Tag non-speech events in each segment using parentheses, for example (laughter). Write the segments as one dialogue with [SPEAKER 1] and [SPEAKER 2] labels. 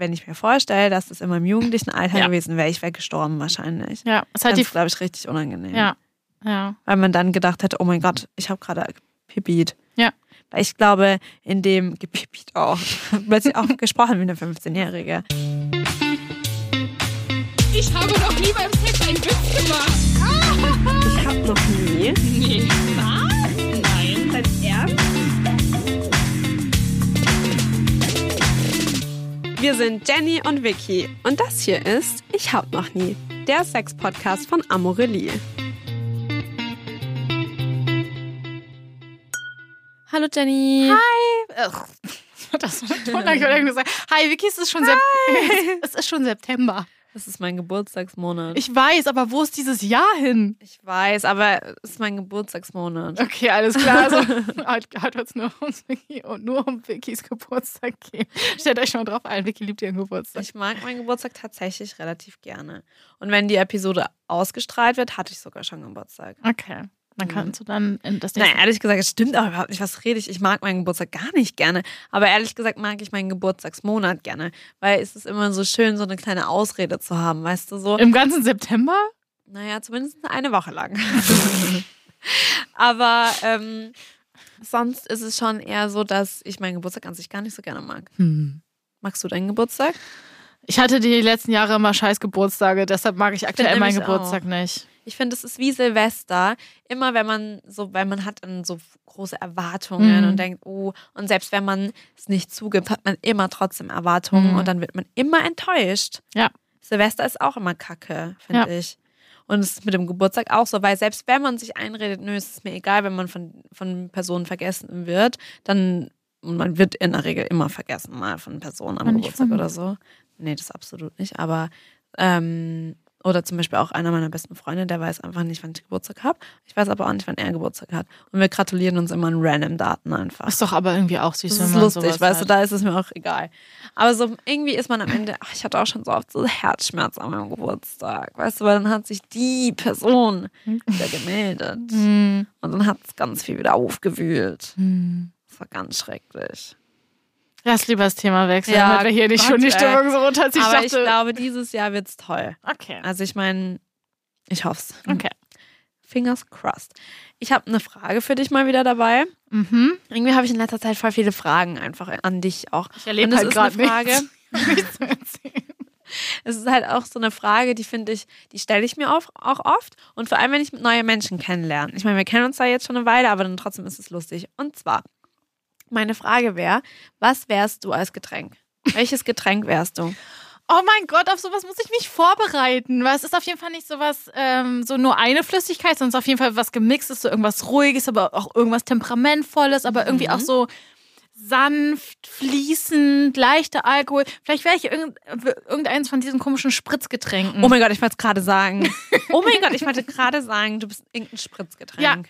[SPEAKER 1] wenn ich mir vorstelle, dass das in meinem jugendlichen Alter gewesen wäre, ich wäre gestorben wahrscheinlich.
[SPEAKER 2] Ja, es
[SPEAKER 1] Das
[SPEAKER 2] hat die.
[SPEAKER 1] ist, glaube ich, richtig unangenehm.
[SPEAKER 2] Ja, ja.
[SPEAKER 1] Weil man dann gedacht hätte, oh mein Gott, ich habe gerade gepipiet.
[SPEAKER 2] Ja.
[SPEAKER 1] Weil ich glaube, in dem (laughs) gepipiet auch, plötzlich auch gesprochen wie eine 15-Jährige.
[SPEAKER 3] Ich habe noch nie beim Sex einen Witz gemacht. (laughs) Ich habe noch nie. Nee. Was? Nein. Dein Ernst?
[SPEAKER 4] Wir sind Jenny und Vicky und das hier ist Ich hab noch nie, der Sex-Podcast von Amorelie.
[SPEAKER 1] Hallo Jenny.
[SPEAKER 2] Ugh. (laughs) Das war ein Ton, hab ich wollte irgendwie sagen. Hi, Vicky, es ist schon, Sep (laughs) es ist schon September.
[SPEAKER 1] Das ist mein Geburtstagsmonat.
[SPEAKER 2] Ich weiß, aber wo ist dieses Jahr hin?
[SPEAKER 1] Ich weiß, aber es ist mein Geburtstagsmonat.
[SPEAKER 2] Okay, alles
[SPEAKER 1] (laughs)
[SPEAKER 2] klar. Also, heute heute wird es nur, ums Vicky und nur um Vickys Geburtstag gehen. Stellt euch schon drauf ein, Vicky liebt ihren Geburtstag.
[SPEAKER 1] Ich mag meinen Geburtstag tatsächlich relativ gerne. Und wenn die Episode ausgestrahlt wird, hatte ich sogar schon Geburtstag.
[SPEAKER 2] Okay, dann
[SPEAKER 1] Mhm.
[SPEAKER 2] kannst du dann in das
[SPEAKER 1] Nein, ehrlich gesagt, es stimmt auch überhaupt nicht. Was rede ich? Ich mag meinen Geburtstag gar nicht gerne. Aber ehrlich gesagt mag ich meinen Geburtstagsmonat gerne. Weil es ist immer so schön, so eine kleine Ausrede zu haben, weißt du so.
[SPEAKER 2] Im ganzen September?
[SPEAKER 1] Naja, zumindest eine Woche lang. (laughs) Aber ähm, sonst ist es schon eher so, dass ich meinen Geburtstag an sich gar nicht so gerne mag.
[SPEAKER 2] Hm.
[SPEAKER 1] Magst du deinen Geburtstag?
[SPEAKER 2] Ich hatte die letzten Jahre immer scheiß Geburtstage, deshalb mag ich aktuell meinen
[SPEAKER 1] nämlich
[SPEAKER 2] Geburtstag nicht.
[SPEAKER 1] Ich finde, es ist wie Silvester. Immer wenn man so, weil man hat dann so große Erwartungen
[SPEAKER 2] Mhm.
[SPEAKER 1] und denkt, oh, und selbst wenn man es nicht zugibt, hat man immer trotzdem Erwartungen
[SPEAKER 2] Mhm.
[SPEAKER 1] und dann wird man immer enttäuscht.
[SPEAKER 2] Ja.
[SPEAKER 1] Silvester ist auch immer Kacke, finde ich. Und es ist mit dem Geburtstag auch so, weil selbst wenn man sich einredet, nö, es ist mir egal, wenn man von, von Personen vergessen wird, dann, und man wird in der Regel immer vergessen, mal von Personen am
[SPEAKER 2] Aber nicht
[SPEAKER 1] Geburtstag
[SPEAKER 2] von mir.
[SPEAKER 1] oder so. Nee, das absolut nicht, aber ähm, oder zum Beispiel auch einer meiner besten Freunde, der weiß einfach nicht, wann ich Geburtstag habe. Ich weiß aber auch nicht, wann er Geburtstag hat. Und wir gratulieren uns immer an random Daten einfach.
[SPEAKER 2] Ist doch aber irgendwie auch süß,
[SPEAKER 1] Das
[SPEAKER 2] wenn
[SPEAKER 1] ist
[SPEAKER 2] man
[SPEAKER 1] lustig,
[SPEAKER 2] sowas
[SPEAKER 1] weißt du,
[SPEAKER 2] hat.
[SPEAKER 1] da ist es mir auch egal. Aber so irgendwie ist man am Ende, ach, ich hatte auch schon so oft so Herzschmerz an meinem Geburtstag, weißt du, weil dann hat sich die Person wieder gemeldet
[SPEAKER 2] (laughs) Hm.
[SPEAKER 1] und dann hat es ganz viel wieder aufgewühlt.
[SPEAKER 2] Hm.
[SPEAKER 1] Das war ganz schrecklich.
[SPEAKER 2] Lass lieber das Thema wechseln,
[SPEAKER 1] Ja,
[SPEAKER 2] damit wir hier nicht
[SPEAKER 1] Gott,
[SPEAKER 2] schon die
[SPEAKER 1] ey.
[SPEAKER 2] Stimmung so runterzieht. Ich
[SPEAKER 1] aber
[SPEAKER 2] dachte,
[SPEAKER 1] ich glaube, dieses Jahr wird's toll.
[SPEAKER 2] okay.
[SPEAKER 1] Also ich meine, ich hoff's.
[SPEAKER 2] (laughs) Okay.
[SPEAKER 1] Fingers crossed. Ich habe eine Frage für dich mal wieder dabei.
[SPEAKER 2] Mhm.
[SPEAKER 1] Irgendwie habe ich in letzter Zeit voll viele Fragen einfach an dich auch.
[SPEAKER 2] Ich erlebe
[SPEAKER 1] Und das
[SPEAKER 2] halt
[SPEAKER 1] ist eine
[SPEAKER 2] gerade nichts.
[SPEAKER 1] Frage.
[SPEAKER 2] nichts zu erzählen.
[SPEAKER 1] (laughs) Es ist halt auch so eine Frage, die finde ich, die stelle ich mir auf, auch oft. Und vor allem, wenn ich neue Menschen kennenlerne. Ich meine, wir kennen uns da jetzt schon eine Weile, aber dann trotzdem ist es lustig. Und zwar, meine Frage wäre, was wärst du als Getränk? Welches Getränk wärst du?
[SPEAKER 2] (laughs) Oh mein Gott, auf sowas muss ich mich vorbereiten. Weil es ist auf jeden Fall nicht sowas, ähm, so nur eine Flüssigkeit, sondern es ist auf jeden Fall was gemixtes, so irgendwas ruhiges, aber auch irgendwas temperamentvolles, aber irgendwie
[SPEAKER 1] Mhm.
[SPEAKER 2] auch so sanft, fließend, leichter Alkohol. Vielleicht wäre ich irgend, irgendeins von diesen komischen Spritzgetränken.
[SPEAKER 1] Oh mein Gott, ich wollte es gerade sagen. Oh mein Gott, ich wollte gerade sagen, du bist irgendein Spritzgetränk.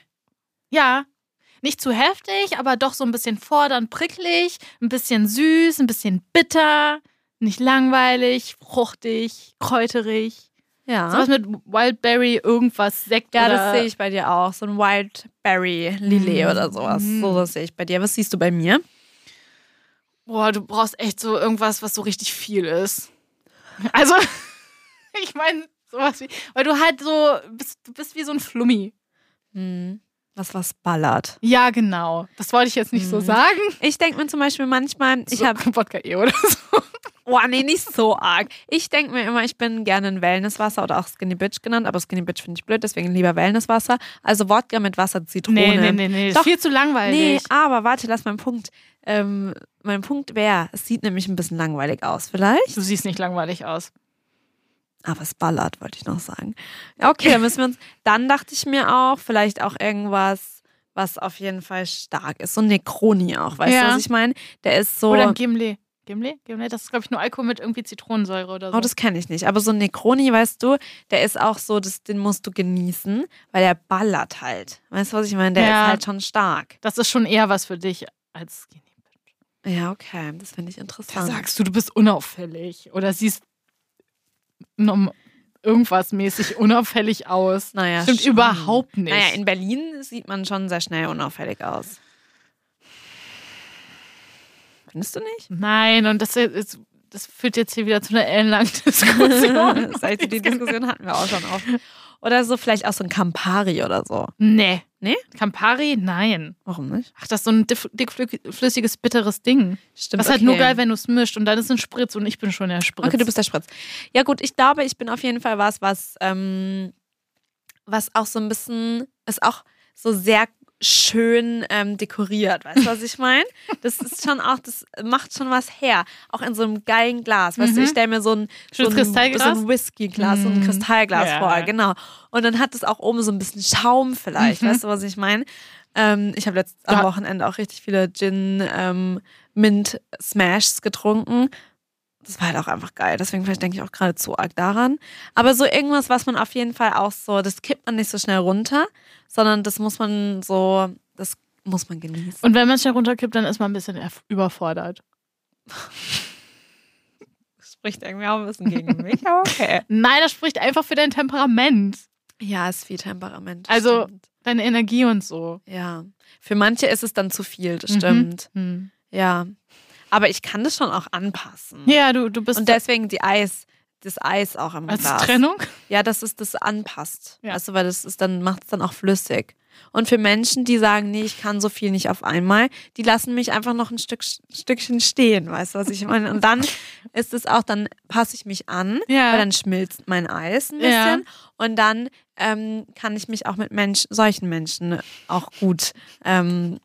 [SPEAKER 2] Ja. Nicht zu heftig, aber doch so ein bisschen fordernd, pricklig, ein bisschen süß, ein bisschen bitter, nicht langweilig, fruchtig, kräuterig.
[SPEAKER 1] Ja.
[SPEAKER 2] Sowas mit Wildberry, irgendwas, Sekt
[SPEAKER 1] Ja,
[SPEAKER 2] oder
[SPEAKER 1] das sehe ich bei dir auch. So ein Wildberry Lillet oder sowas. So das sehe ich bei dir. Was siehst du bei mir?
[SPEAKER 2] Boah, du brauchst echt so irgendwas, was so richtig viel ist. Also, (laughs) ich meine, sowas wie. Weil du halt so. Bist, du bist wie so ein Flummi.
[SPEAKER 1] Was was ballert.
[SPEAKER 2] Ja, genau. Das wollte ich jetzt nicht so sagen.
[SPEAKER 1] Ich denke mir zum Beispiel manchmal, ich
[SPEAKER 2] So,
[SPEAKER 1] habe,
[SPEAKER 2] Wodka E oder so.
[SPEAKER 1] oh nee, nicht so arg. Ich denke mir immer, ich bin gerne ein Wellnesswasser oder auch Skinny Bitch genannt, aber Skinny Bitch finde ich blöd, deswegen lieber Wellnesswasser. Also Wodka mit Wasser, Zitrone.
[SPEAKER 2] Nee, nee, nee, nee.
[SPEAKER 1] Doch,
[SPEAKER 2] Doch. Viel zu langweilig.
[SPEAKER 1] Nee, aber warte, lass meinen Punkt. Ähm, mein Punkt wäre, es sieht nämlich ein bisschen langweilig aus, vielleicht.
[SPEAKER 2] Du siehst nicht langweilig aus.
[SPEAKER 1] Aber es Ah, ballert, wollte ich noch sagen. Ja, Okay, dann müssen wir uns. Dann dachte ich mir auch, vielleicht auch irgendwas, was auf jeden Fall stark ist. So ein Necroni auch, weißt
[SPEAKER 2] Ja.
[SPEAKER 1] du, was ich meine? Der ist so.
[SPEAKER 2] Oder ein Gimli. Gimli? Gimli? Das ist, glaube ich, nur Alkohol mit irgendwie Zitronensäure oder so.
[SPEAKER 1] Oh, das kenne ich nicht. Aber so ein Necroni, weißt du, der ist auch so, das, den musst du genießen, weil der ballert halt. Weißt du, was ich meine? Der
[SPEAKER 2] Ja.
[SPEAKER 1] ist halt schon stark.
[SPEAKER 2] Das ist schon eher was für dich als Skinny Bitch.
[SPEAKER 1] Ja, okay. Das finde ich
[SPEAKER 2] Da
[SPEAKER 1] interessant.
[SPEAKER 2] sagst du, du bist unauffällig oder siehst norm- irgendwas mäßig unauffällig aus.
[SPEAKER 1] Naja,
[SPEAKER 2] Stimmt
[SPEAKER 1] schon.
[SPEAKER 2] überhaupt nicht.
[SPEAKER 1] Naja, in Berlin sieht man schon sehr schnell unauffällig aus. Findest du nicht?
[SPEAKER 2] Nein, und das ist, das führt jetzt hier wieder zu einer ellenlangen
[SPEAKER 1] (laughs)
[SPEAKER 2] Diskussion.
[SPEAKER 1] das heißt, die Diskussion hatten wir auch schon oft. Oder so vielleicht auch so ein Campari oder so.
[SPEAKER 2] nee.
[SPEAKER 1] Nee?
[SPEAKER 2] Campari? Nein.
[SPEAKER 1] Warum nicht?
[SPEAKER 2] Ach, das ist so ein diff- dickflüssiges, bitteres Ding.
[SPEAKER 1] Stimmt.
[SPEAKER 2] das ist halt nur geil, wenn du es mischt und dann ist es ein Spritz und ich bin schon der Spritz.
[SPEAKER 1] Okay, du bist der Spritz. Ja gut, ich glaube, ich bin auf jeden Fall was, was, ähm, was auch so ein bisschen, ist auch so sehr schön ähm, dekoriert. Weißt du, was ich
[SPEAKER 2] (laughs)
[SPEAKER 1] meine? Das ist schon auch, das macht schon was her. Auch in so einem geilen Glas. Weißt du,
[SPEAKER 2] Mhm.
[SPEAKER 1] ich stelle mir so ein, so
[SPEAKER 2] Schönes
[SPEAKER 1] ein,
[SPEAKER 2] Kristallglas?
[SPEAKER 1] so ein Whiskyglas, so ein
[SPEAKER 2] Mhm.
[SPEAKER 1] Kristallglas
[SPEAKER 2] Ja.
[SPEAKER 1] vor, genau. Und dann hat es auch oben so ein bisschen Schaum vielleicht.
[SPEAKER 2] Mhm.
[SPEAKER 1] Weißt du, was ich meine? Ähm, ich habe letztes am
[SPEAKER 2] Ja.
[SPEAKER 1] Wochenende auch richtig viele Gin ähm, Mint Smashs getrunken. Das war halt auch einfach geil. Deswegen vielleicht denke ich auch gerade zu arg daran. Aber so irgendwas, was man auf jeden Fall auch so, das kippt man nicht so schnell runter, sondern das muss man so, das muss man genießen.
[SPEAKER 2] und wenn man es schnell runterkippt, dann ist man ein bisschen erf- überfordert.
[SPEAKER 1] das spricht irgendwie auch ein bisschen gegen mich, aber okay.
[SPEAKER 2] Nein, das spricht einfach für dein Temperament,
[SPEAKER 1] (laughs) Ja, ist viel Temperament. das
[SPEAKER 2] Also-
[SPEAKER 1] stimmt.
[SPEAKER 2] deine Energie und so.
[SPEAKER 1] ja. Für manche ist es dann zu viel, das
[SPEAKER 2] Mhm.
[SPEAKER 1] stimmt.
[SPEAKER 2] Hm.
[SPEAKER 1] Ja. Aber ich kann das schon auch anpassen.
[SPEAKER 2] Ja, du, du bist
[SPEAKER 1] Und deswegen die Eis, das Eis auch im
[SPEAKER 2] als
[SPEAKER 1] Glas.
[SPEAKER 2] Trennung.
[SPEAKER 1] Ja, dass es das anpasst.
[SPEAKER 2] Ja.
[SPEAKER 1] Weißt du, weil das ist dann, macht es dann auch flüssig. Und für Menschen, die sagen, nee, ich kann so viel nicht auf einmal, die lassen mich einfach noch ein Stück, Stückchen stehen, weißt du, was ich meine? Und
[SPEAKER 2] (laughs)
[SPEAKER 1] dann ist es auch, dann passe ich mich an,
[SPEAKER 2] Ja.
[SPEAKER 1] weil dann schmilzt mein Eis ein bisschen.
[SPEAKER 2] Ja.
[SPEAKER 1] Und dann ähm, kann ich mich auch mit Mensch, solchen Menschen auch gut. Ähm,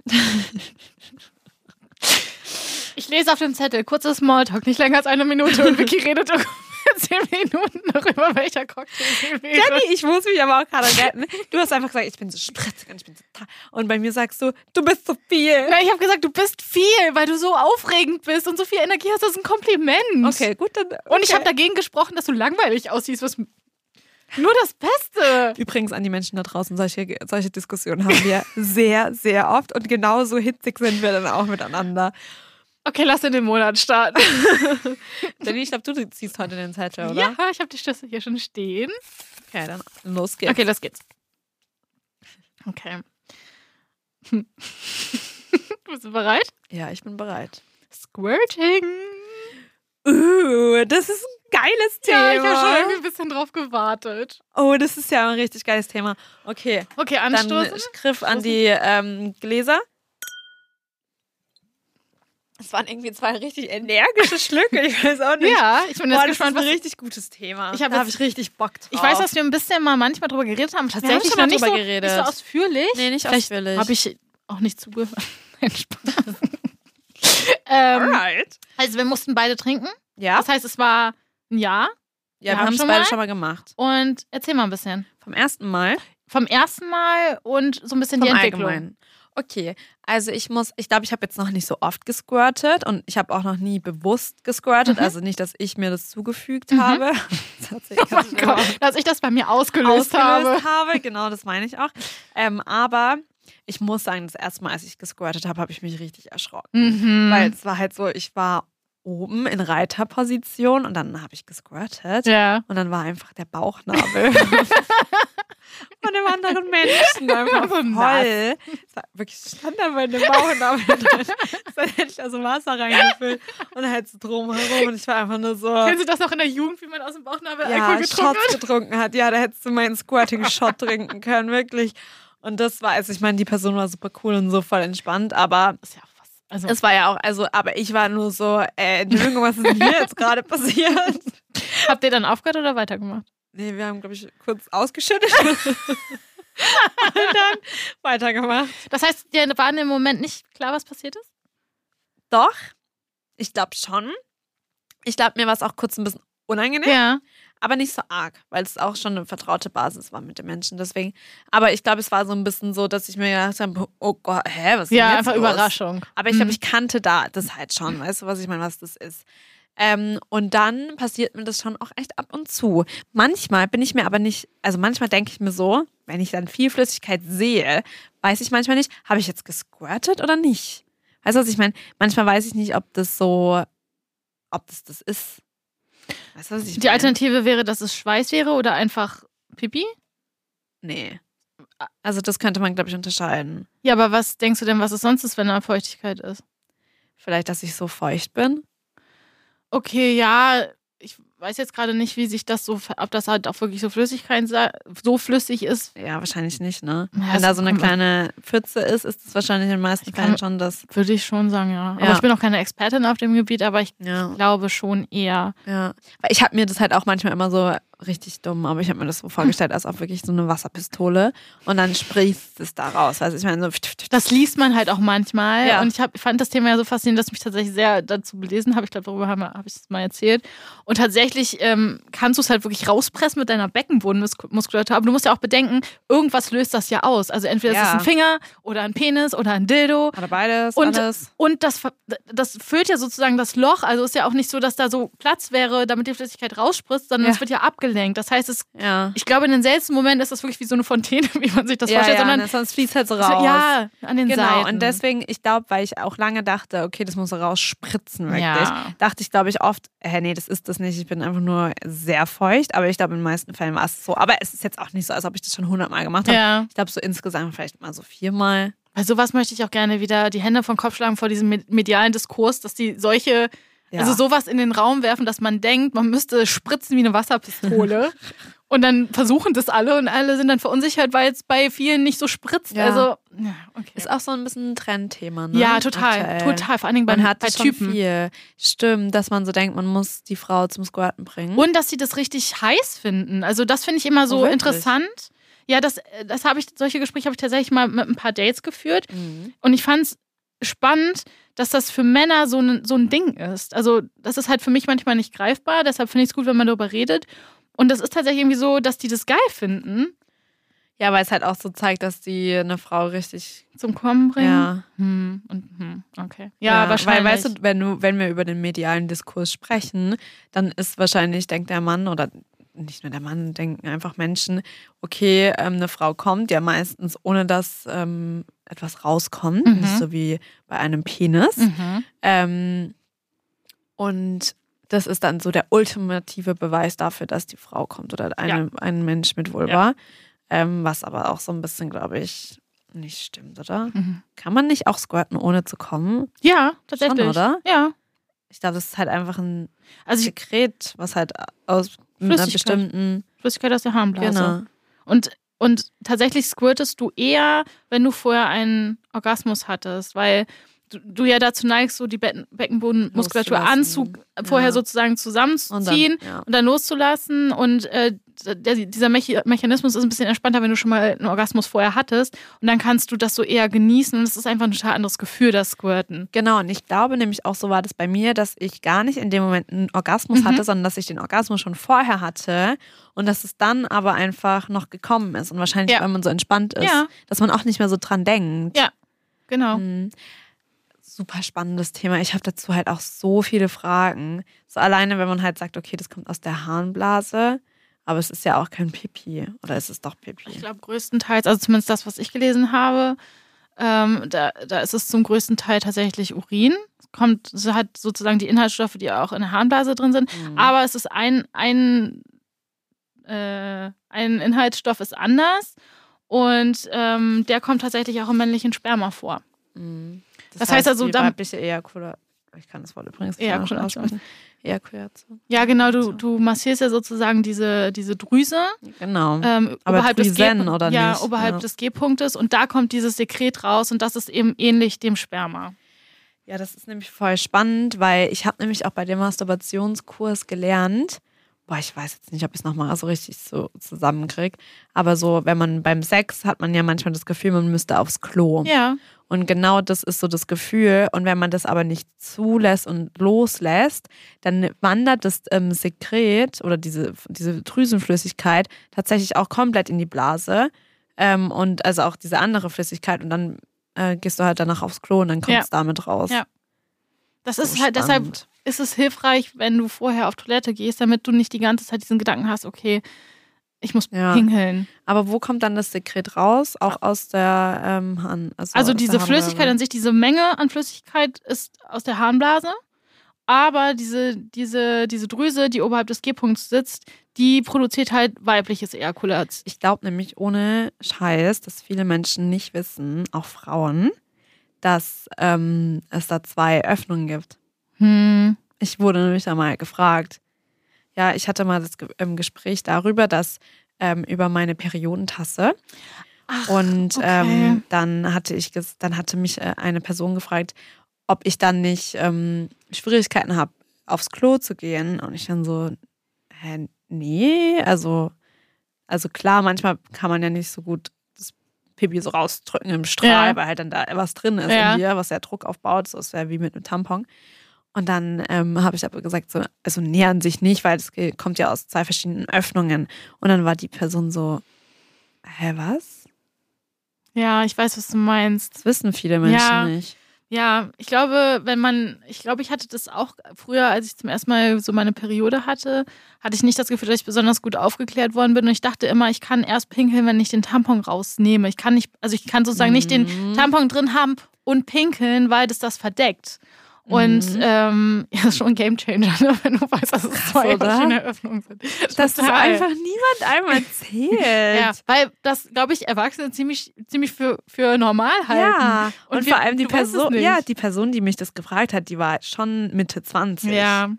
[SPEAKER 2] Ich lese auf dem Zettel, kurzer Smalltalk, nicht länger als eine Minute und Vicky redet (laughs) ungefähr zehn Minuten darüber, welcher Cocktail sie wählt.
[SPEAKER 1] Jenny, ich muss mich aber auch
[SPEAKER 2] (laughs)
[SPEAKER 1] gerade retten. Du hast einfach gesagt, ich bin so spritzig und ich bin so. ta- Und bei mir sagst du, du bist so viel.
[SPEAKER 2] Nein, ich habe gesagt, du bist viel, weil du so aufregend bist und so viel Energie hast, das ist ein Kompliment.
[SPEAKER 1] Okay, gut, dann.
[SPEAKER 2] Und ich
[SPEAKER 1] okay.
[SPEAKER 2] habe dagegen gesprochen, dass du langweilig aussiehst, was nur das Beste.
[SPEAKER 1] Übrigens an die Menschen da draußen, solche, solche Diskussionen haben
[SPEAKER 2] (laughs)
[SPEAKER 1] wir sehr, sehr oft und genauso hitzig sind wir dann auch miteinander.
[SPEAKER 2] Okay, lass in den Monat starten. (laughs)
[SPEAKER 1] Jenny, ich glaube, du ziehst heute den Zettel, oder?
[SPEAKER 2] Ja, ich habe die Schlüssel hier schon stehen.
[SPEAKER 1] Okay, dann los geht's.
[SPEAKER 2] Okay, los geht's. Okay. (laughs) Hm. Bist du bereit?
[SPEAKER 1] Ja, ich bin bereit.
[SPEAKER 2] Squirting.
[SPEAKER 1] Uh, das ist ein geiles
[SPEAKER 2] Ja,
[SPEAKER 1] Thema.
[SPEAKER 2] ich habe schon irgendwie ein bisschen drauf gewartet.
[SPEAKER 1] oh, das ist ja ein richtig geiles Thema. Okay,
[SPEAKER 2] Okay,
[SPEAKER 1] dann
[SPEAKER 2] anstoßen.
[SPEAKER 1] Griff an die ähm, Gläser. Es waren irgendwie zwei richtig energische Schlücke, ich weiß auch nicht.
[SPEAKER 2] ja, ich
[SPEAKER 1] Boah,
[SPEAKER 2] bin jetzt
[SPEAKER 1] das ist
[SPEAKER 2] gespannt,
[SPEAKER 1] ein
[SPEAKER 2] was
[SPEAKER 1] richtig gutes Thema.
[SPEAKER 2] Ich hab
[SPEAKER 1] da habe
[SPEAKER 2] jetzt-
[SPEAKER 1] ich richtig Bock drauf.
[SPEAKER 2] Ich weiß, dass wir ein bisschen mal manchmal drüber geredet haben.
[SPEAKER 1] haben
[SPEAKER 2] Tatsächlich
[SPEAKER 1] schon mal
[SPEAKER 2] noch nicht
[SPEAKER 1] drüber
[SPEAKER 2] so,
[SPEAKER 1] geredet.
[SPEAKER 2] nicht so ausführlich.
[SPEAKER 1] Nee, nicht
[SPEAKER 2] Vielleicht
[SPEAKER 1] ausführlich.
[SPEAKER 2] Habe ich auch nicht zugehört. (laughs) Nein, Spaß.
[SPEAKER 1] (laughs)
[SPEAKER 2] ähm,
[SPEAKER 1] Alright.
[SPEAKER 2] also wir mussten beide trinken.
[SPEAKER 1] Ja,
[SPEAKER 2] Das heißt, es war ein Jahr.
[SPEAKER 1] ja wir
[SPEAKER 2] haben
[SPEAKER 1] haben es
[SPEAKER 2] schon
[SPEAKER 1] beide
[SPEAKER 2] mal.
[SPEAKER 1] schon mal gemacht.
[SPEAKER 2] Und erzähl mal ein bisschen.
[SPEAKER 1] Vom ersten Mal.
[SPEAKER 2] Vom ersten Mal und so ein bisschen
[SPEAKER 1] Vom
[SPEAKER 2] die Entwicklung.
[SPEAKER 1] Allgemeinen. Okay, also ich muss, ich glaube, ich habe jetzt noch nicht so oft gesquirtet und ich habe auch noch nie bewusst gesquirtet. Also nicht, dass ich mir das zugefügt habe. (laughs) Das hat sich
[SPEAKER 2] Mhm. Oh
[SPEAKER 1] (laughs)
[SPEAKER 2] mein Gott, dass ich das bei mir
[SPEAKER 1] ausgelöst
[SPEAKER 2] ausgelöst, habe.
[SPEAKER 1] habe. Genau, das meine ich auch. Ähm, aber ich muss sagen, das erste Mal, als ich gesquirtet habe, habe ich mich richtig erschrocken.
[SPEAKER 2] Mhm.
[SPEAKER 1] Weil es war halt so, ich war oben in Reiterposition und dann habe ich gesquirtet.
[SPEAKER 2] ja.
[SPEAKER 1] Und dann war einfach der Bauchnabel (laughs) von dem anderen Menschen einfach
[SPEAKER 2] So
[SPEAKER 1] voll. Es war wirklich stand da mein Bauchnabel
[SPEAKER 2] (laughs)
[SPEAKER 1] drin. Dann hätte ich also Wasser reingefüllt und halt so drumherum. Und ich war einfach nur so.
[SPEAKER 2] Kennen Sie das noch in der Jugend, wie man aus dem Bauchnabel
[SPEAKER 1] Ja,
[SPEAKER 2] Alkohol getrunken
[SPEAKER 1] Shots getrunken hat. Ja, da hättest du meinen Squirting-Shot trinken können, wirklich. Und das war, also ich meine, die Person war super cool und so voll entspannt, aber
[SPEAKER 2] hat? Ist ja was. Also,
[SPEAKER 1] es war ja auch, also, aber ich war nur so, äh, Entschuldigung, was ist denn hier jetzt gerade passiert?
[SPEAKER 2] habt ihr dann aufgehört oder weitergemacht?
[SPEAKER 1] Nee, wir haben, glaube ich, kurz ausgeschüttet.
[SPEAKER 2] (laughs)
[SPEAKER 1] und dann weitergemacht.
[SPEAKER 2] Das heißt, dir war in dem Moment nicht klar, was passiert ist?
[SPEAKER 1] Doch, ich glaube schon. Ich glaube, mir war es auch kurz ein bisschen unangenehm,
[SPEAKER 2] Ja.
[SPEAKER 1] aber nicht so arg, weil es auch schon eine vertraute Basis war mit den Menschen. Deswegen. Aber ich glaube, es war so ein bisschen so, dass ich mir gedacht habe, oh Gott, hä, was ist denn
[SPEAKER 2] Ja,
[SPEAKER 1] jetzt
[SPEAKER 2] einfach
[SPEAKER 1] los?
[SPEAKER 2] Überraschung.
[SPEAKER 1] Aber ich glaube,
[SPEAKER 2] Mhm.
[SPEAKER 1] ich kannte da das halt schon, weißt du, was ich meine, was das ist. Ähm, und dann passiert mir das schon auch echt ab und zu. Manchmal bin ich mir aber nicht, also manchmal denke ich mir so, wenn ich dann viel Flüssigkeit sehe, weiß ich manchmal nicht, habe ich jetzt gesquirtet oder nicht? Weißt du, was ich meine? Manchmal weiß ich nicht, ob das so, ob das das ist. Weißt du, was ich
[SPEAKER 2] Die
[SPEAKER 1] meine?
[SPEAKER 2] Alternative wäre, dass es Schweiß wäre oder einfach Pipi?
[SPEAKER 1] Nee. Also das könnte man, glaube ich, unterscheiden.
[SPEAKER 2] Ja, aber was denkst du denn, was es sonst ist, wenn da Feuchtigkeit ist?
[SPEAKER 1] Vielleicht, dass ich so feucht bin.
[SPEAKER 2] okay, ja, ich weiß jetzt gerade nicht, wie sich das so, ver- ob das halt auch wirklich so Flüssigkeit sa- so flüssig ist.
[SPEAKER 1] Ja, wahrscheinlich nicht, ne?
[SPEAKER 2] Ja,
[SPEAKER 1] Wenn da
[SPEAKER 2] das
[SPEAKER 1] so eine
[SPEAKER 2] kommt auf-
[SPEAKER 1] kleine Pfütze ist, ist es wahrscheinlich in den meisten
[SPEAKER 2] Ich kann-
[SPEAKER 1] Fällen schon das.
[SPEAKER 2] Würde ich schon sagen, ja. Aber
[SPEAKER 1] Ja.
[SPEAKER 2] ich bin auch keine Expertin auf dem Gebiet, aber ich
[SPEAKER 1] Ja,
[SPEAKER 2] glaube schon eher.
[SPEAKER 1] ja. Weil ich habe mir das halt auch manchmal immer so richtig dumm, aber ich habe mir das so vorgestellt, als auch wirklich so eine Wasserpistole und dann sprießt es da raus. Also ich meine so.
[SPEAKER 2] Das liest man halt auch manchmal.
[SPEAKER 1] Ja.
[SPEAKER 2] Und ich hab, fand das Thema ja so faszinierend, dass mich tatsächlich sehr dazu belesen habe. Ich glaube, darüber habe hab ich es mal erzählt. Und tatsächlich ähm, kannst du es halt wirklich rauspressen mit deiner Beckenbodenmuskulatur. Aber du musst ja auch bedenken, irgendwas löst das ja aus. Also entweder es
[SPEAKER 1] Ja.
[SPEAKER 2] ist ein Finger oder ein Penis oder ein Dildo.
[SPEAKER 1] Oder beides,
[SPEAKER 2] Und-
[SPEAKER 1] alles.
[SPEAKER 2] Und das, ver- das füllt ja sozusagen das Loch. Also ist ja auch nicht so, dass da so Platz wäre, damit die Flüssigkeit rausspritzt, sondern
[SPEAKER 1] Ja.
[SPEAKER 2] es wird ja abgelenkt. Das heißt, es,
[SPEAKER 1] Ja.
[SPEAKER 2] ich glaube, in den seltensten Momenten ist das wirklich wie so eine Fontäne, (laughs) wie man sich das
[SPEAKER 1] ja,
[SPEAKER 2] vorstellt,
[SPEAKER 1] ja,
[SPEAKER 2] sondern
[SPEAKER 1] ne, sonst fließt halt so raus.
[SPEAKER 2] so, ja, an den
[SPEAKER 1] Genau,
[SPEAKER 2] Seiten.
[SPEAKER 1] und deswegen, ich glaube, weil ich auch lange dachte, okay, das muss so rausspritzen, wirklich,
[SPEAKER 2] Ja.
[SPEAKER 1] dachte ich, glaube ich, oft, hä, nee, das ist das nicht, ich bin einfach nur sehr feucht, aber ich glaube, in den meisten Fällen war es so. Aber es ist jetzt auch nicht so, als ob ich das schon hundertmal gemacht habe.
[SPEAKER 2] Ja,
[SPEAKER 1] Ich glaube, so insgesamt vielleicht mal so viermal.
[SPEAKER 2] bei sowas möchte ich auch gerne wieder die Hände vom Kopf schlagen vor diesem med- medialen Diskurs, dass die solche,
[SPEAKER 1] Ja.
[SPEAKER 2] also sowas in den Raum werfen, dass man denkt, man müsste spritzen wie eine
[SPEAKER 1] (laughs)
[SPEAKER 2] Wasserpistole. und dann versuchen das alle und alle sind dann verunsichert, weil es bei vielen nicht so spritzt.
[SPEAKER 1] Ja.
[SPEAKER 2] Also, ja, okay.
[SPEAKER 1] Ist auch so ein bisschen ein Trendthema, ne?
[SPEAKER 2] Ja, total.
[SPEAKER 1] Aktuell.
[SPEAKER 2] Total. Vor allen Dingen bei,
[SPEAKER 1] Man hat
[SPEAKER 2] bei
[SPEAKER 1] das schon
[SPEAKER 2] Typen.
[SPEAKER 1] viel. Stimmt, dass man so denkt, man muss die Frau zum Squatten bringen.
[SPEAKER 2] Und dass sie das richtig heiß finden. Also, das finde ich immer
[SPEAKER 1] Mhm. Oh,
[SPEAKER 2] so
[SPEAKER 1] wirklich?
[SPEAKER 2] interessant. Ja, das, äh, das habe ich, solche Gespräche habe ich tatsächlich mal mit ein paar Dates geführt.
[SPEAKER 1] Mhm.
[SPEAKER 2] Und ich fand es spannend, dass das für Männer so ein, so ein Ding ist. Also, das ist halt für mich manchmal nicht greifbar. Deshalb finde ich es gut, wenn man darüber redet. Und das ist tatsächlich irgendwie so, dass die das geil finden,
[SPEAKER 1] Ja, weil es halt auch so zeigt, dass die eine Frau richtig.
[SPEAKER 2] zum Kommen bringen.
[SPEAKER 1] Ja.
[SPEAKER 2] Hm, und, hm, okay. Ja, wahrscheinlich.
[SPEAKER 1] Weil, weißt du, wenn, du, wenn wir über den medialen Diskurs sprechen, dann ist wahrscheinlich, denkt der Mann oder nicht nur der Mann, denken einfach Menschen, okay, ähm, eine Frau kommt ja meistens, ohne dass ähm, etwas rauskommt,
[SPEAKER 2] Mhm.
[SPEAKER 1] nicht so wie bei einem Penis.
[SPEAKER 2] mhm.
[SPEAKER 1] Ähm, und das ist dann so der ultimative Beweis dafür, dass die Frau kommt oder eine, ein Mensch mit Vulva. Ähm, was aber auch so ein bisschen, glaube ich, nicht stimmt, oder?
[SPEAKER 2] Mhm.
[SPEAKER 1] Kann man nicht auch squirten, ohne zu kommen?
[SPEAKER 2] ja, tatsächlich.
[SPEAKER 1] oder?
[SPEAKER 2] Ja.
[SPEAKER 1] Ich glaube, das ist halt einfach ein
[SPEAKER 2] Also, ich,
[SPEAKER 1] Sekret, was halt aus einer
[SPEAKER 2] Flüssigkeit.
[SPEAKER 1] bestimmten.
[SPEAKER 2] Flüssigkeit aus der Harnblase.
[SPEAKER 1] Genau.
[SPEAKER 2] Und, und tatsächlich squirtest du eher, wenn du vorher einen Orgasmus hattest, weil du, du ja dazu neigst, so die Becken- Beckenbodenmuskulatur
[SPEAKER 1] Loszulassen.
[SPEAKER 2] anzug vorher
[SPEAKER 1] Ja.
[SPEAKER 2] sozusagen
[SPEAKER 1] Und dann,
[SPEAKER 2] zusammenzuziehen
[SPEAKER 1] ja.
[SPEAKER 2] und dann loszulassen. Und äh, der, dieser Mechi- Mechanismus ist ein bisschen entspannter, wenn du schon mal einen Orgasmus vorher hattest. Und dann kannst du das so eher genießen. Und es ist einfach ein total anderes Gefühl, das Squirten.
[SPEAKER 1] Genau, und ich glaube nämlich auch so war das bei mir, dass ich gar nicht in dem Moment einen Orgasmus
[SPEAKER 2] Mhm.
[SPEAKER 1] hatte, sondern dass ich den Orgasmus schon vorher hatte und dass es dann aber einfach noch gekommen ist und wahrscheinlich,
[SPEAKER 2] Ja.
[SPEAKER 1] weil man so entspannt ist,
[SPEAKER 2] Ja.
[SPEAKER 1] dass man auch nicht mehr so dran denkt.
[SPEAKER 2] Ja. Genau.
[SPEAKER 1] Mhm. Super spannendes Thema. Ich habe dazu halt auch so viele Fragen. So alleine, wenn man halt sagt, okay, das kommt aus der Harnblase, aber es ist ja auch kein Pipi. Oder ist es doch Pipi?
[SPEAKER 2] Ich glaube, größtenteils, also zumindest das, was ich gelesen habe, ähm, da, da ist es zum größten Teil tatsächlich Urin. Es Kommt, es hat sozusagen die Inhaltsstoffe, die auch in der Harnblase drin sind.
[SPEAKER 1] Mhm.
[SPEAKER 2] Aber es ist ein, ein, äh, ein Inhaltsstoff ist anders. Und ähm, der kommt tatsächlich auch im männlichen Sperma vor.
[SPEAKER 1] Mhm. Das,
[SPEAKER 2] heißt also,
[SPEAKER 1] die
[SPEAKER 2] dann-
[SPEAKER 1] weibliche Ejakulation. Ich kann das Wort übrigens nicht
[SPEAKER 2] Ejakulation.
[SPEAKER 1] aussprechen. Ejakulation.
[SPEAKER 2] Ja, genau, du, du massierst ja sozusagen diese, diese Drüse.
[SPEAKER 1] Genau.
[SPEAKER 2] Ähm,
[SPEAKER 1] Aber
[SPEAKER 2] oberhalb des G
[SPEAKER 1] Drüsen, oder
[SPEAKER 2] ja,
[SPEAKER 1] nicht?
[SPEAKER 2] oberhalb
[SPEAKER 1] Ja.
[SPEAKER 2] des G-Punktes und da kommt dieses Sekret raus und das ist eben ähnlich dem Sperma.
[SPEAKER 1] Ja, das ist nämlich voll spannend, weil ich habe nämlich auch bei dem Masturbationskurs gelernt, boah, ich weiß jetzt nicht, ob ich es nochmal so richtig so zusammenkriege, aber so, wenn man beim Sex hat man ja manchmal das Gefühl, man müsste aufs Klo.
[SPEAKER 2] Ja.
[SPEAKER 1] Und genau das ist so das Gefühl. Und wenn man das aber nicht zulässt und loslässt, dann wandert das ähm, Sekret oder diese, diese Drüsenflüssigkeit tatsächlich auch komplett in die Blase. Ähm, und also auch diese andere Flüssigkeit. Und dann äh, gehst du halt danach aufs Klo und dann kommt es damit raus.
[SPEAKER 2] Ja. Das
[SPEAKER 1] So
[SPEAKER 2] ist halt, deshalb
[SPEAKER 1] spannend.
[SPEAKER 2] ist es hilfreich, wenn du vorher auf Toilette gehst, damit du nicht die ganze Zeit diesen Gedanken hast, okay, ich muss
[SPEAKER 1] Ja.
[SPEAKER 2] pinkeln.
[SPEAKER 1] Aber wo kommt dann das Sekret raus? Auch aus der ähm, Hand.
[SPEAKER 2] Ah. Also
[SPEAKER 1] aus der
[SPEAKER 2] diese
[SPEAKER 1] Harnröhre.
[SPEAKER 2] Flüssigkeit an sich, diese Menge an Flüssigkeit ist aus der Harnblase, aber diese, diese, diese Drüse, die oberhalb des G-Punkts sitzt, die produziert halt weibliches Ejakulat.
[SPEAKER 1] Ich glaube nämlich ohne Scheiß, dass viele Menschen nicht wissen, auch Frauen, dass ähm, es da zwei Öffnungen gibt.
[SPEAKER 2] Hm.
[SPEAKER 1] Ich wurde nämlich da mal gefragt. Ja, ich hatte mal das Ge ähm, Gespräch darüber, dass ähm, über meine Periodentasse. und
[SPEAKER 2] okay.
[SPEAKER 1] ähm, dann hatte ich ges- dann hatte mich äh, eine Person gefragt, ob ich dann nicht ähm, Schwierigkeiten habe, aufs Klo zu gehen. Und ich dann so, hä, nee, also, also klar, manchmal kann man ja nicht so gut das Pipi so rausdrücken im Strahl,
[SPEAKER 2] Ja.
[SPEAKER 1] weil halt dann da was drin ist
[SPEAKER 2] Ja.
[SPEAKER 1] in dir, was ja Druck aufbaut. So ist ja wie mit einem Tampon. Und dann ähm, habe ich aber gesagt, so, also nee, an sich nicht, weil es ge- kommt ja aus zwei verschiedenen Öffnungen. Und dann war die Person so, hä, was?
[SPEAKER 2] Ja, ich weiß, was du meinst.
[SPEAKER 1] Das wissen viele Menschen
[SPEAKER 2] Ja.
[SPEAKER 1] nicht.
[SPEAKER 2] Ja, ich glaube, wenn man, ich glaube, ich hatte das auch früher, als ich zum ersten Mal so meine Periode hatte, hatte ich nicht das Gefühl, dass ich besonders gut aufgeklärt worden bin. Und ich dachte immer, ich kann erst pinkeln, wenn ich den Tampon rausnehme. Ich kann nicht, also ich kann sozusagen nicht den
[SPEAKER 1] Mhm.
[SPEAKER 2] Tampon drin haben und pinkeln, weil das das verdeckt. Und
[SPEAKER 1] Mhm.
[SPEAKER 2] ähm, (laughs) ja, das ist schon ein Gamechanger, ne? wenn du weißt, dass es zwei
[SPEAKER 1] oder?
[SPEAKER 2] verschiedene Öffnungen sind.
[SPEAKER 1] Dass das
[SPEAKER 2] Total.
[SPEAKER 1] einfach niemand
[SPEAKER 2] (laughs)
[SPEAKER 1] einmal erzählt.
[SPEAKER 2] Ja, weil das, glaube ich, Erwachsene ziemlich, ziemlich für, für normal halten.
[SPEAKER 1] Ja, und,
[SPEAKER 2] halt. Und wir-
[SPEAKER 1] vor allem die
[SPEAKER 2] du weißt es
[SPEAKER 1] Person,
[SPEAKER 2] nicht.
[SPEAKER 1] ja, die Person, die mich das gefragt hat, die war schon Mitte 20.
[SPEAKER 2] Ja,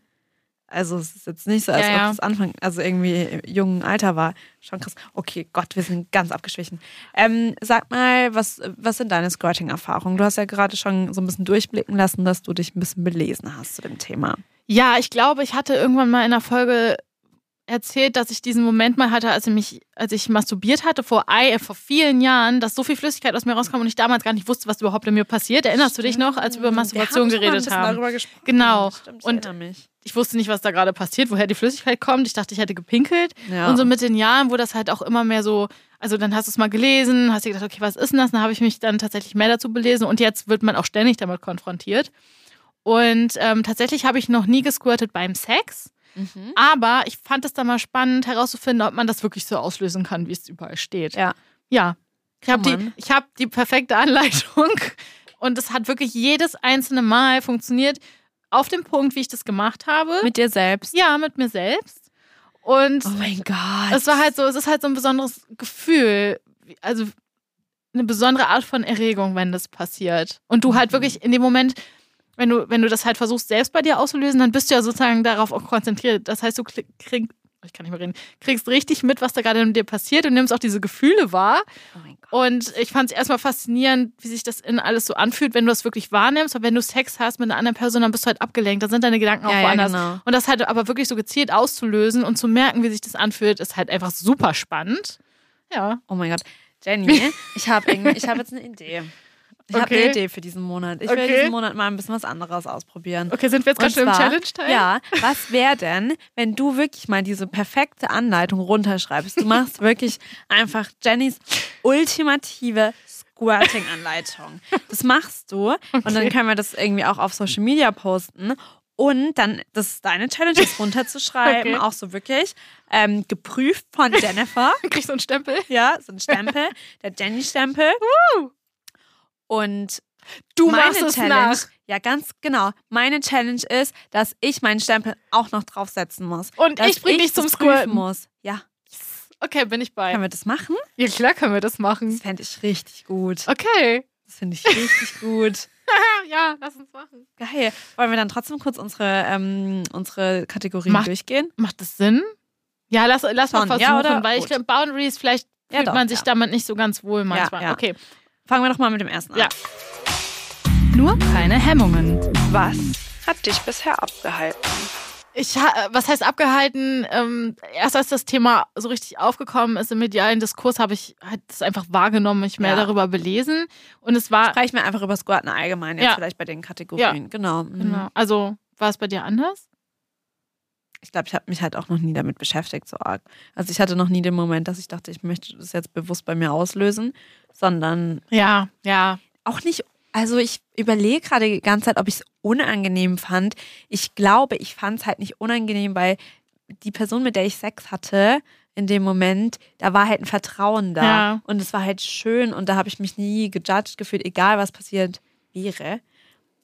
[SPEAKER 1] Also es ist jetzt nicht so, als
[SPEAKER 2] Ja,
[SPEAKER 1] ob
[SPEAKER 2] ja.
[SPEAKER 1] das Anfang, also irgendwie im jungen Alter war. Schon krass. Okay, Gott, wir sind ganz abgeschwichen. Ähm, sag mal, was, was sind deine Squirting-Erfahrungen? Du hast ja gerade schon so ein bisschen durchblicken lassen, dass du dich ein bisschen belesen hast zu dem Thema.
[SPEAKER 2] Ja, ich glaube, ich hatte irgendwann mal in einer Folge erzählt, dass ich diesen Moment mal hatte, als ich mich, als ich masturbiert hatte vor, ei, äh, vor vielen Jahren, dass so viel Flüssigkeit aus mir rauskam und ich damals gar nicht wusste, was überhaupt in mir passiert. Erinnerst du dich noch, als wir
[SPEAKER 1] Mhm.
[SPEAKER 2] über Masturbation geredet haben?
[SPEAKER 1] gesprochen.
[SPEAKER 2] Genau.
[SPEAKER 1] Stimmt, ich
[SPEAKER 2] Und-
[SPEAKER 1] erinnere mich.
[SPEAKER 2] Ich wusste nicht, was da gerade passiert, woher die Flüssigkeit kommt. Ich dachte, ich hätte gepinkelt.
[SPEAKER 1] Ja.
[SPEAKER 2] Und so mit den Jahren, wo das halt auch immer mehr so, also dann hast du es mal gelesen, hast dir gedacht, okay, was ist denn das? Dann habe ich mich dann tatsächlich mehr dazu belesen und jetzt wird man auch ständig damit konfrontiert. Und ähm, tatsächlich habe ich noch nie gesquirtet beim Sex. Aber ich fand es dann mal spannend herauszufinden, ob man das wirklich so auslösen kann, wie es überall steht.
[SPEAKER 1] ja.
[SPEAKER 2] Ja. Ich habe
[SPEAKER 1] Oh
[SPEAKER 2] die,
[SPEAKER 1] Mann.
[SPEAKER 2] ich hab die perfekte Anleitung und es hat wirklich jedes einzelne Mal funktioniert auf dem Punkt, wie ich das gemacht habe.
[SPEAKER 1] Mit dir selbst.
[SPEAKER 2] ja, mit mir selbst. Und
[SPEAKER 1] Oh mein Gott.
[SPEAKER 2] es war halt so, es ist halt so ein besonderes Gefühl, wie- also eine besondere Art von Erregung, wenn das passiert. Und du halt wirklich in dem Moment, wenn du, wenn du das halt versuchst, selbst bei dir auszulösen, dann bist du ja sozusagen darauf auch konzentriert. Das heißt, du kli- krieg, ich kann nicht mehr reden, kriegst richtig mit, was da gerade in dir passiert und nimmst auch diese Gefühle wahr.
[SPEAKER 1] Oh mein Gott.
[SPEAKER 2] Und ich fand es erstmal faszinierend, wie sich das in alles so anfühlt, wenn du das wirklich wahrnimmst. Aber wenn du Sex hast mit einer anderen Person, dann bist du halt abgelenkt. Dann sind deine Gedanken auch
[SPEAKER 1] Ja, ja,
[SPEAKER 2] woanders.
[SPEAKER 1] genau.
[SPEAKER 2] Und das halt aber wirklich so gezielt auszulösen und zu merken, wie sich das anfühlt, ist halt einfach super spannend. Ja.
[SPEAKER 1] Oh mein Gott.
[SPEAKER 2] (laughs)
[SPEAKER 1] Jenny, ich habe ich hab jetzt eine Idee. Ich habe
[SPEAKER 2] Okay.
[SPEAKER 1] eine Idee für diesen Monat. Ich will
[SPEAKER 2] Okay.
[SPEAKER 1] diesen Monat mal ein bisschen was anderes ausprobieren.
[SPEAKER 2] Okay, sind wir jetzt gerade
[SPEAKER 1] Und
[SPEAKER 2] schon im
[SPEAKER 1] zwar-
[SPEAKER 2] Challenge-Teil?
[SPEAKER 1] Ja, was wäre denn, wenn du wirklich mal diese perfekte Anleitung runterschreibst? Du machst wirklich einfach Jennys ultimative Squirting-Anleitung. Das machst du und dann können wir das irgendwie auch auf Social Media posten. Und dann, das ist deine Challenge, das runterzuschreiben,
[SPEAKER 2] Okay.
[SPEAKER 1] auch so wirklich. Ähm, geprüft von Jennifer.
[SPEAKER 2] Dann (laughs) kriegst du einen Stempel.
[SPEAKER 1] Ja, so ein Stempel, der Jenny-Stempel. Und
[SPEAKER 2] Du
[SPEAKER 1] meine
[SPEAKER 2] machst es
[SPEAKER 1] Challenge,
[SPEAKER 2] nach.
[SPEAKER 1] ja ganz genau, meine Challenge ist, dass ich meinen Stempel auch noch draufsetzen muss.
[SPEAKER 2] Und
[SPEAKER 1] dass
[SPEAKER 2] ich bring dich zum
[SPEAKER 1] das prüfen
[SPEAKER 2] Squirten.
[SPEAKER 1] muss. Ja,
[SPEAKER 2] Okay, bin ich bei.
[SPEAKER 1] können wir das machen?
[SPEAKER 2] Ja, klar können wir das
[SPEAKER 1] Das
[SPEAKER 2] machen.
[SPEAKER 1] fände ich richtig gut.
[SPEAKER 2] Okay.
[SPEAKER 1] Das finde ich
[SPEAKER 2] (laughs)
[SPEAKER 1] richtig gut.
[SPEAKER 2] Ja, ja, lass uns machen.
[SPEAKER 1] Geil. Wollen wir dann trotzdem kurz unsere, ähm, unsere Kategorien
[SPEAKER 2] Mach-
[SPEAKER 1] durchgehen?
[SPEAKER 2] Macht das Sinn? Ja, lass, lass mal
[SPEAKER 1] Schon,
[SPEAKER 2] versuchen,
[SPEAKER 1] ja, oder?
[SPEAKER 2] weil ich
[SPEAKER 1] Gut.
[SPEAKER 2] glaube, Boundaries, vielleicht
[SPEAKER 1] Ja,
[SPEAKER 2] fühlt
[SPEAKER 1] doch,
[SPEAKER 2] man sich
[SPEAKER 1] ja.
[SPEAKER 2] damit nicht so ganz wohl manchmal.
[SPEAKER 1] ja.
[SPEAKER 2] Okay.
[SPEAKER 1] Fangen wir doch mal mit dem ersten an.
[SPEAKER 2] Ja. Nur keine Hemmungen.
[SPEAKER 4] Was hat dich bisher abgehalten?
[SPEAKER 2] Ich, ha- äh, was heißt abgehalten? Ähm, erst als das Thema so richtig aufgekommen ist im medialen Diskurs, habe ich halt das einfach wahrgenommen, mich mehr
[SPEAKER 1] Ja.
[SPEAKER 2] darüber belesen. Und es war,
[SPEAKER 1] Reicht mir einfach über Squirten allgemein, jetzt
[SPEAKER 2] Ja.
[SPEAKER 1] vielleicht bei den Kategorien. Genau. mhm.
[SPEAKER 2] genau, also war es bei dir anders?
[SPEAKER 1] ich glaube, ich habe mich halt auch noch nie damit beschäftigt, so arg. Also ich hatte noch nie den Moment, dass ich dachte, ich möchte das jetzt bewusst bei mir auslösen, sondern
[SPEAKER 2] Ja, ja.
[SPEAKER 1] auch nicht, also ich überlege gerade die ganze Zeit, ob ich es unangenehm fand. Ich glaube, ich fand es halt nicht unangenehm, weil die Person, mit der ich Sex hatte, in dem Moment, da war halt ein Vertrauen da.
[SPEAKER 2] Ja.
[SPEAKER 1] Und es war halt schön und da habe ich mich nie gejudged gefühlt, egal was passiert wäre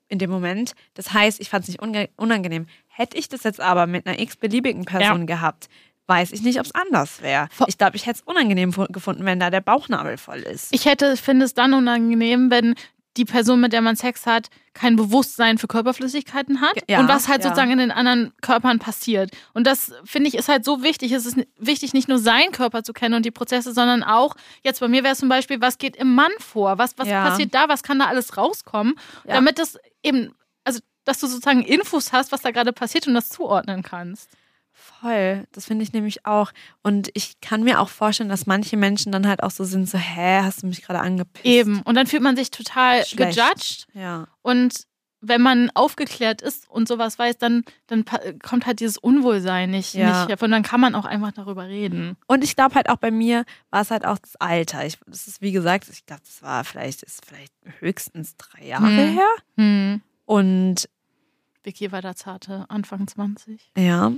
[SPEAKER 1] in dem Moment. Das heißt, ich fand es nicht unge- unangenehm. Hätte ich das jetzt aber mit einer x-beliebigen Person gehabt, weiß ich nicht, ob es anders wäre.
[SPEAKER 2] Vor-
[SPEAKER 1] Ich glaube, ich hätte es unangenehm fu- gefunden, wenn da der Bauchnabel voll ist.
[SPEAKER 2] Ich hätte, finde es dann unangenehm, wenn die Person, mit der man Sex hat, kein Bewusstsein für Körperflüssigkeiten hat
[SPEAKER 1] Ja,
[SPEAKER 2] und was halt
[SPEAKER 1] ja.
[SPEAKER 2] sozusagen in den anderen Körpern passiert. Und das finde ich ist halt so wichtig. Es ist n- wichtig, nicht nur seinen Körper zu kennen und die Prozesse, sondern auch, jetzt bei mir wäre es zum Beispiel, was geht im Mann vor? Was, was
[SPEAKER 1] Ja.
[SPEAKER 2] passiert da? Was kann da alles rauskommen?
[SPEAKER 1] Ja.
[SPEAKER 2] Damit das eben, also dass du sozusagen Infos hast, was da gerade passiert und das zuordnen kannst.
[SPEAKER 1] Voll, das finde ich nämlich auch. Und ich kann mir auch vorstellen, dass manche Menschen dann halt auch so sind, so, hä, hast du mich gerade angepisst?
[SPEAKER 2] Eben. Und dann fühlt man sich total
[SPEAKER 1] Schlecht.
[SPEAKER 2] gejudged.
[SPEAKER 1] Ja.
[SPEAKER 2] Und wenn man aufgeklärt ist und sowas weiß, dann, dann pa- kommt halt dieses Unwohlsein nicht,
[SPEAKER 1] Ja.
[SPEAKER 2] nicht hervor. Und dann kann man auch einfach darüber reden.
[SPEAKER 1] Und ich glaube halt auch bei mir war es halt auch das Alter. Ich, das ist wie gesagt, ich glaube, das war vielleicht, ist vielleicht höchstens drei Jahre
[SPEAKER 2] Hm.
[SPEAKER 1] her.
[SPEAKER 2] Hm.
[SPEAKER 1] Und
[SPEAKER 2] Vicky war da zarte, Anfang 20.
[SPEAKER 1] ja,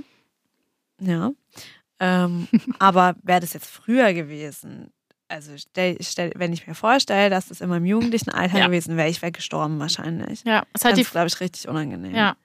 [SPEAKER 1] ja.
[SPEAKER 2] (laughs)
[SPEAKER 1] Ähm, aber wäre das jetzt früher gewesen, also stell, stell, wenn ich mir vorstelle, dass das immer im jugendlichen Alter
[SPEAKER 2] Ja.
[SPEAKER 1] gewesen wäre, ich wäre gestorben wahrscheinlich.
[SPEAKER 2] Ja, es hat
[SPEAKER 1] Das
[SPEAKER 2] die.
[SPEAKER 1] ist, glaube ich, richtig unangenehm.
[SPEAKER 2] Ja,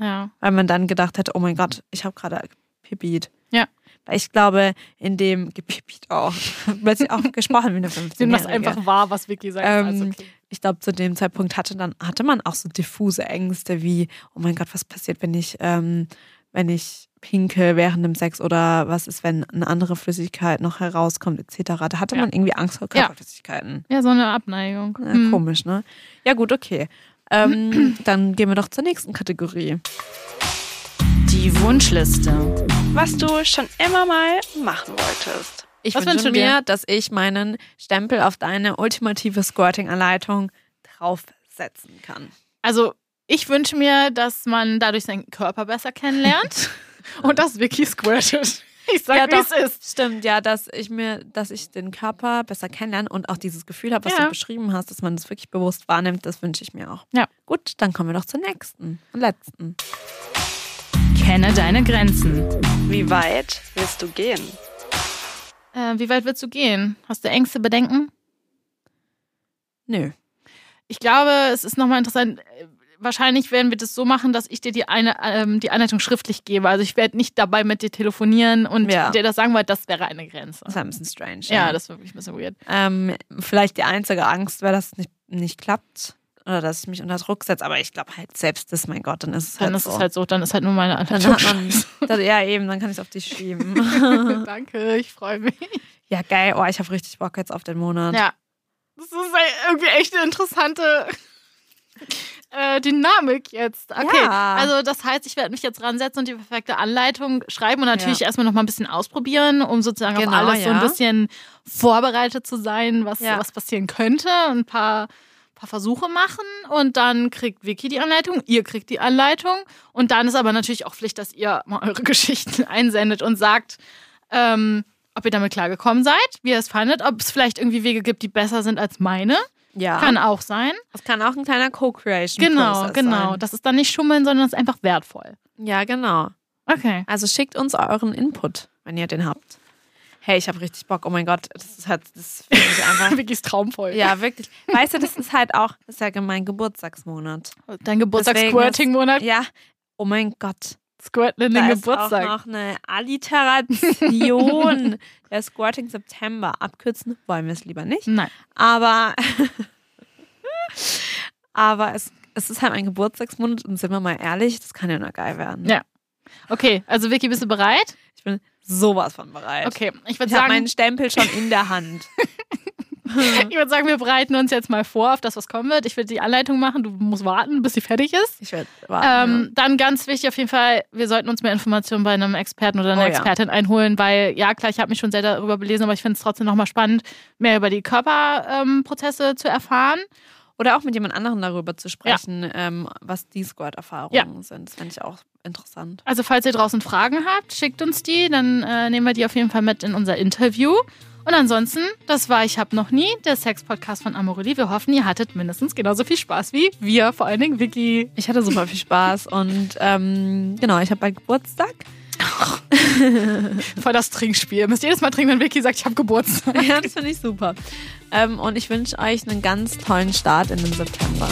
[SPEAKER 2] ja.
[SPEAKER 1] weil man dann gedacht hätte, oh mein Gott, ich habe gerade gepipiet.
[SPEAKER 2] Ja.
[SPEAKER 1] Weil ich glaube, in dem gepipiet auch, (laughs) plötzlich auch gesprochen wie
[SPEAKER 2] (laughs)
[SPEAKER 1] eine 15
[SPEAKER 2] Nimm das einfach wahr, was Vicky sagt.
[SPEAKER 1] Ähm,
[SPEAKER 2] ist alles okay.
[SPEAKER 1] Ich glaube, zu dem Zeitpunkt hatte, dann, hatte man auch so diffuse Ängste wie, oh mein Gott, was passiert, wenn ich, ähm, wenn ich pinke während dem Sex oder was ist, wenn eine andere Flüssigkeit noch herauskommt, etc. Da hatte
[SPEAKER 2] Ja.
[SPEAKER 1] man irgendwie Angst vor
[SPEAKER 2] Ja.
[SPEAKER 1] Körperflüssigkeiten.
[SPEAKER 2] Ja, so eine Abneigung.
[SPEAKER 1] Ja,
[SPEAKER 2] Hm.
[SPEAKER 1] Komisch, ne? Ja, gut, okay. Ähm, (clears throat) dann gehen wir doch zur nächsten Kategorie.
[SPEAKER 2] Die Wunschliste.
[SPEAKER 4] Was du schon immer mal machen wolltest.
[SPEAKER 1] Ich
[SPEAKER 2] Was
[SPEAKER 1] wünsche
[SPEAKER 2] wünschst du dir?
[SPEAKER 1] mir, dass ich meinen Stempel auf deine ultimative Squirting-Anleitung draufsetzen kann.
[SPEAKER 2] Also, ich wünsche mir, dass man dadurch seinen Körper besser
[SPEAKER 1] (laughs)
[SPEAKER 2] kennenlernt und dass Vicky squirtet. Ich sag, wie es ist.
[SPEAKER 1] Stimmt, ja, dass ich mir, dass ich den Körper besser kennenlerne und auch dieses Gefühl habe, was
[SPEAKER 2] Ja.
[SPEAKER 1] du beschrieben hast, dass man das wirklich bewusst wahrnimmt, das wünsche ich mir auch.
[SPEAKER 2] Ja.
[SPEAKER 1] Gut, dann kommen wir doch zur nächsten und letzten.
[SPEAKER 2] Kenne deine Grenzen.
[SPEAKER 4] Wie weit willst du gehen?
[SPEAKER 2] Äh, wie weit willst du gehen? Hast du Ängste, Bedenken?
[SPEAKER 1] Nö.
[SPEAKER 2] Ich glaube, es ist nochmal interessant. äh, Wahrscheinlich werden wir das so machen, dass ich dir die, eine, ähm, die Anleitung schriftlich gebe. Also ich werde nicht dabei mit dir telefonieren und
[SPEAKER 1] Ja.
[SPEAKER 2] dir das sagen, weil das wäre eine Grenze.
[SPEAKER 1] Das ist ein bisschen strange.
[SPEAKER 2] Ja, das ist wirklich ein bisschen weird.
[SPEAKER 1] ähm, vielleicht die einzige Angst wäre, dass es nicht, nicht klappt oder dass ich mich unter Druck setze, aber ich glaube halt selbst das, mein Gott, dann ist es
[SPEAKER 2] Dann
[SPEAKER 1] halt
[SPEAKER 2] ist
[SPEAKER 1] so.
[SPEAKER 2] es halt so, dann ist halt nur meine
[SPEAKER 1] dann
[SPEAKER 2] Anleitung.
[SPEAKER 1] hat (laughs) man, dann, ja eben, dann kann ich es auf dich schieben. (laughs)
[SPEAKER 2] (laughs) Danke, ich freue mich.
[SPEAKER 1] Ja, geil. Oh, ich habe richtig Bock jetzt auf den Monat.
[SPEAKER 2] Ja. Das ist halt irgendwie echt eine interessante (laughs) äh, Dynamik jetzt. Okay,
[SPEAKER 1] Ja.
[SPEAKER 2] also das heißt, ich werde mich jetzt ransetzen und die perfekte Anleitung schreiben und natürlich erstmal noch mal ein bisschen ausprobieren, um sozusagen
[SPEAKER 1] Genau,
[SPEAKER 2] auf alles so ein
[SPEAKER 1] ja.
[SPEAKER 2] bisschen vorbereitet zu sein, was,
[SPEAKER 1] Ja.
[SPEAKER 2] was passieren könnte. Ein paar, paar Versuche machen und dann kriegt Vicky die Anleitung, ihr kriegt die Anleitung und dann ist aber natürlich auch Pflicht, dass ihr mal eure (laughs) Geschichten einsendet und sagt, ähm, ob ihr damit klargekommen seid, wie ihr es fandet, ob es vielleicht irgendwie Wege gibt, die besser sind als meine.
[SPEAKER 1] ja.
[SPEAKER 2] Kann auch sein.
[SPEAKER 1] Das kann auch ein kleiner Co-Creation
[SPEAKER 2] Genau,
[SPEAKER 1] sein.
[SPEAKER 2] genau. Das ist dann nicht schummeln, sondern es ist einfach wertvoll.
[SPEAKER 1] Ja, genau.
[SPEAKER 2] Okay.
[SPEAKER 1] Also schickt uns euren Input, wenn ihr den habt. Hey, ich habe richtig Bock. Oh mein Gott, das ist halt, das finde ich einfach.
[SPEAKER 2] (laughs) Vicky's Traum voll. Ja.
[SPEAKER 1] ja, wirklich. Weißt du, das ist halt auch, das ist ja mein Geburtstagsmonat.
[SPEAKER 2] Dein
[SPEAKER 1] Deswegen
[SPEAKER 2] Geburtstags-Squirting-Monat.
[SPEAKER 1] Ja. Oh mein Gott.
[SPEAKER 2] Squirten in den
[SPEAKER 1] da
[SPEAKER 2] Geburtstag.
[SPEAKER 1] ist auch noch eine
[SPEAKER 2] (laughs)
[SPEAKER 1] Alliteration. der Squirting September. Abkürzen wollen wir es lieber nicht.
[SPEAKER 2] Nein.
[SPEAKER 1] Aber, (laughs) aber es, es ist halt mein Geburtstagsmonat und sind wir mal ehrlich, das kann ja nur geil werden.
[SPEAKER 2] Ja. Okay, also Vicky, bist du bereit?
[SPEAKER 1] Ich bin sowas von bereit.
[SPEAKER 2] Okay, ich
[SPEAKER 1] Ich habe
[SPEAKER 2] würde sagen,
[SPEAKER 1] meinen Stempel schon in der (laughs) Hand.
[SPEAKER 2] (laughs) ich würde sagen, wir bereiten uns jetzt mal vor auf das, was kommen wird. Ich würde die Anleitung machen, du musst warten, bis sie fertig ist.
[SPEAKER 1] Ich werde
[SPEAKER 2] Ähm, dann ganz wichtig auf jeden Fall, wir sollten uns mehr Informationen bei einem Experten oder einer
[SPEAKER 1] Oh ja.
[SPEAKER 2] Expertin einholen, weil ja klar, ich habe mich schon sehr darüber belesen, aber ich finde es trotzdem nochmal spannend, mehr über die Körperprozesse ähm, Prozesse zu erfahren.
[SPEAKER 1] Oder auch mit jemand anderem darüber zu sprechen, ähm, was die Squad-Erfahrungen sind. Das fände ich auch interessant.
[SPEAKER 2] Also falls ihr draußen Fragen habt, schickt uns die, dann äh, nehmen wir die auf jeden Fall mit in unser Interview. Und ansonsten, das war Ich hab noch nie, der Sex-Podcast von Amorelie. Wir hoffen, ihr hattet mindestens genauso viel Spaß wie wir, vor allen Dingen Vicky.
[SPEAKER 1] Ich hatte super viel Spaß und ähm, genau, ich habe bald (laughs) Geburtstag.
[SPEAKER 2] Voll das Trinkspiel. Ihr müsst jedes Mal trinken, wenn Vicky sagt, ich habe Geburtstag.
[SPEAKER 1] Ja, das finde ich super. Ähm, und ich wünsche euch einen ganz tollen Start in den September.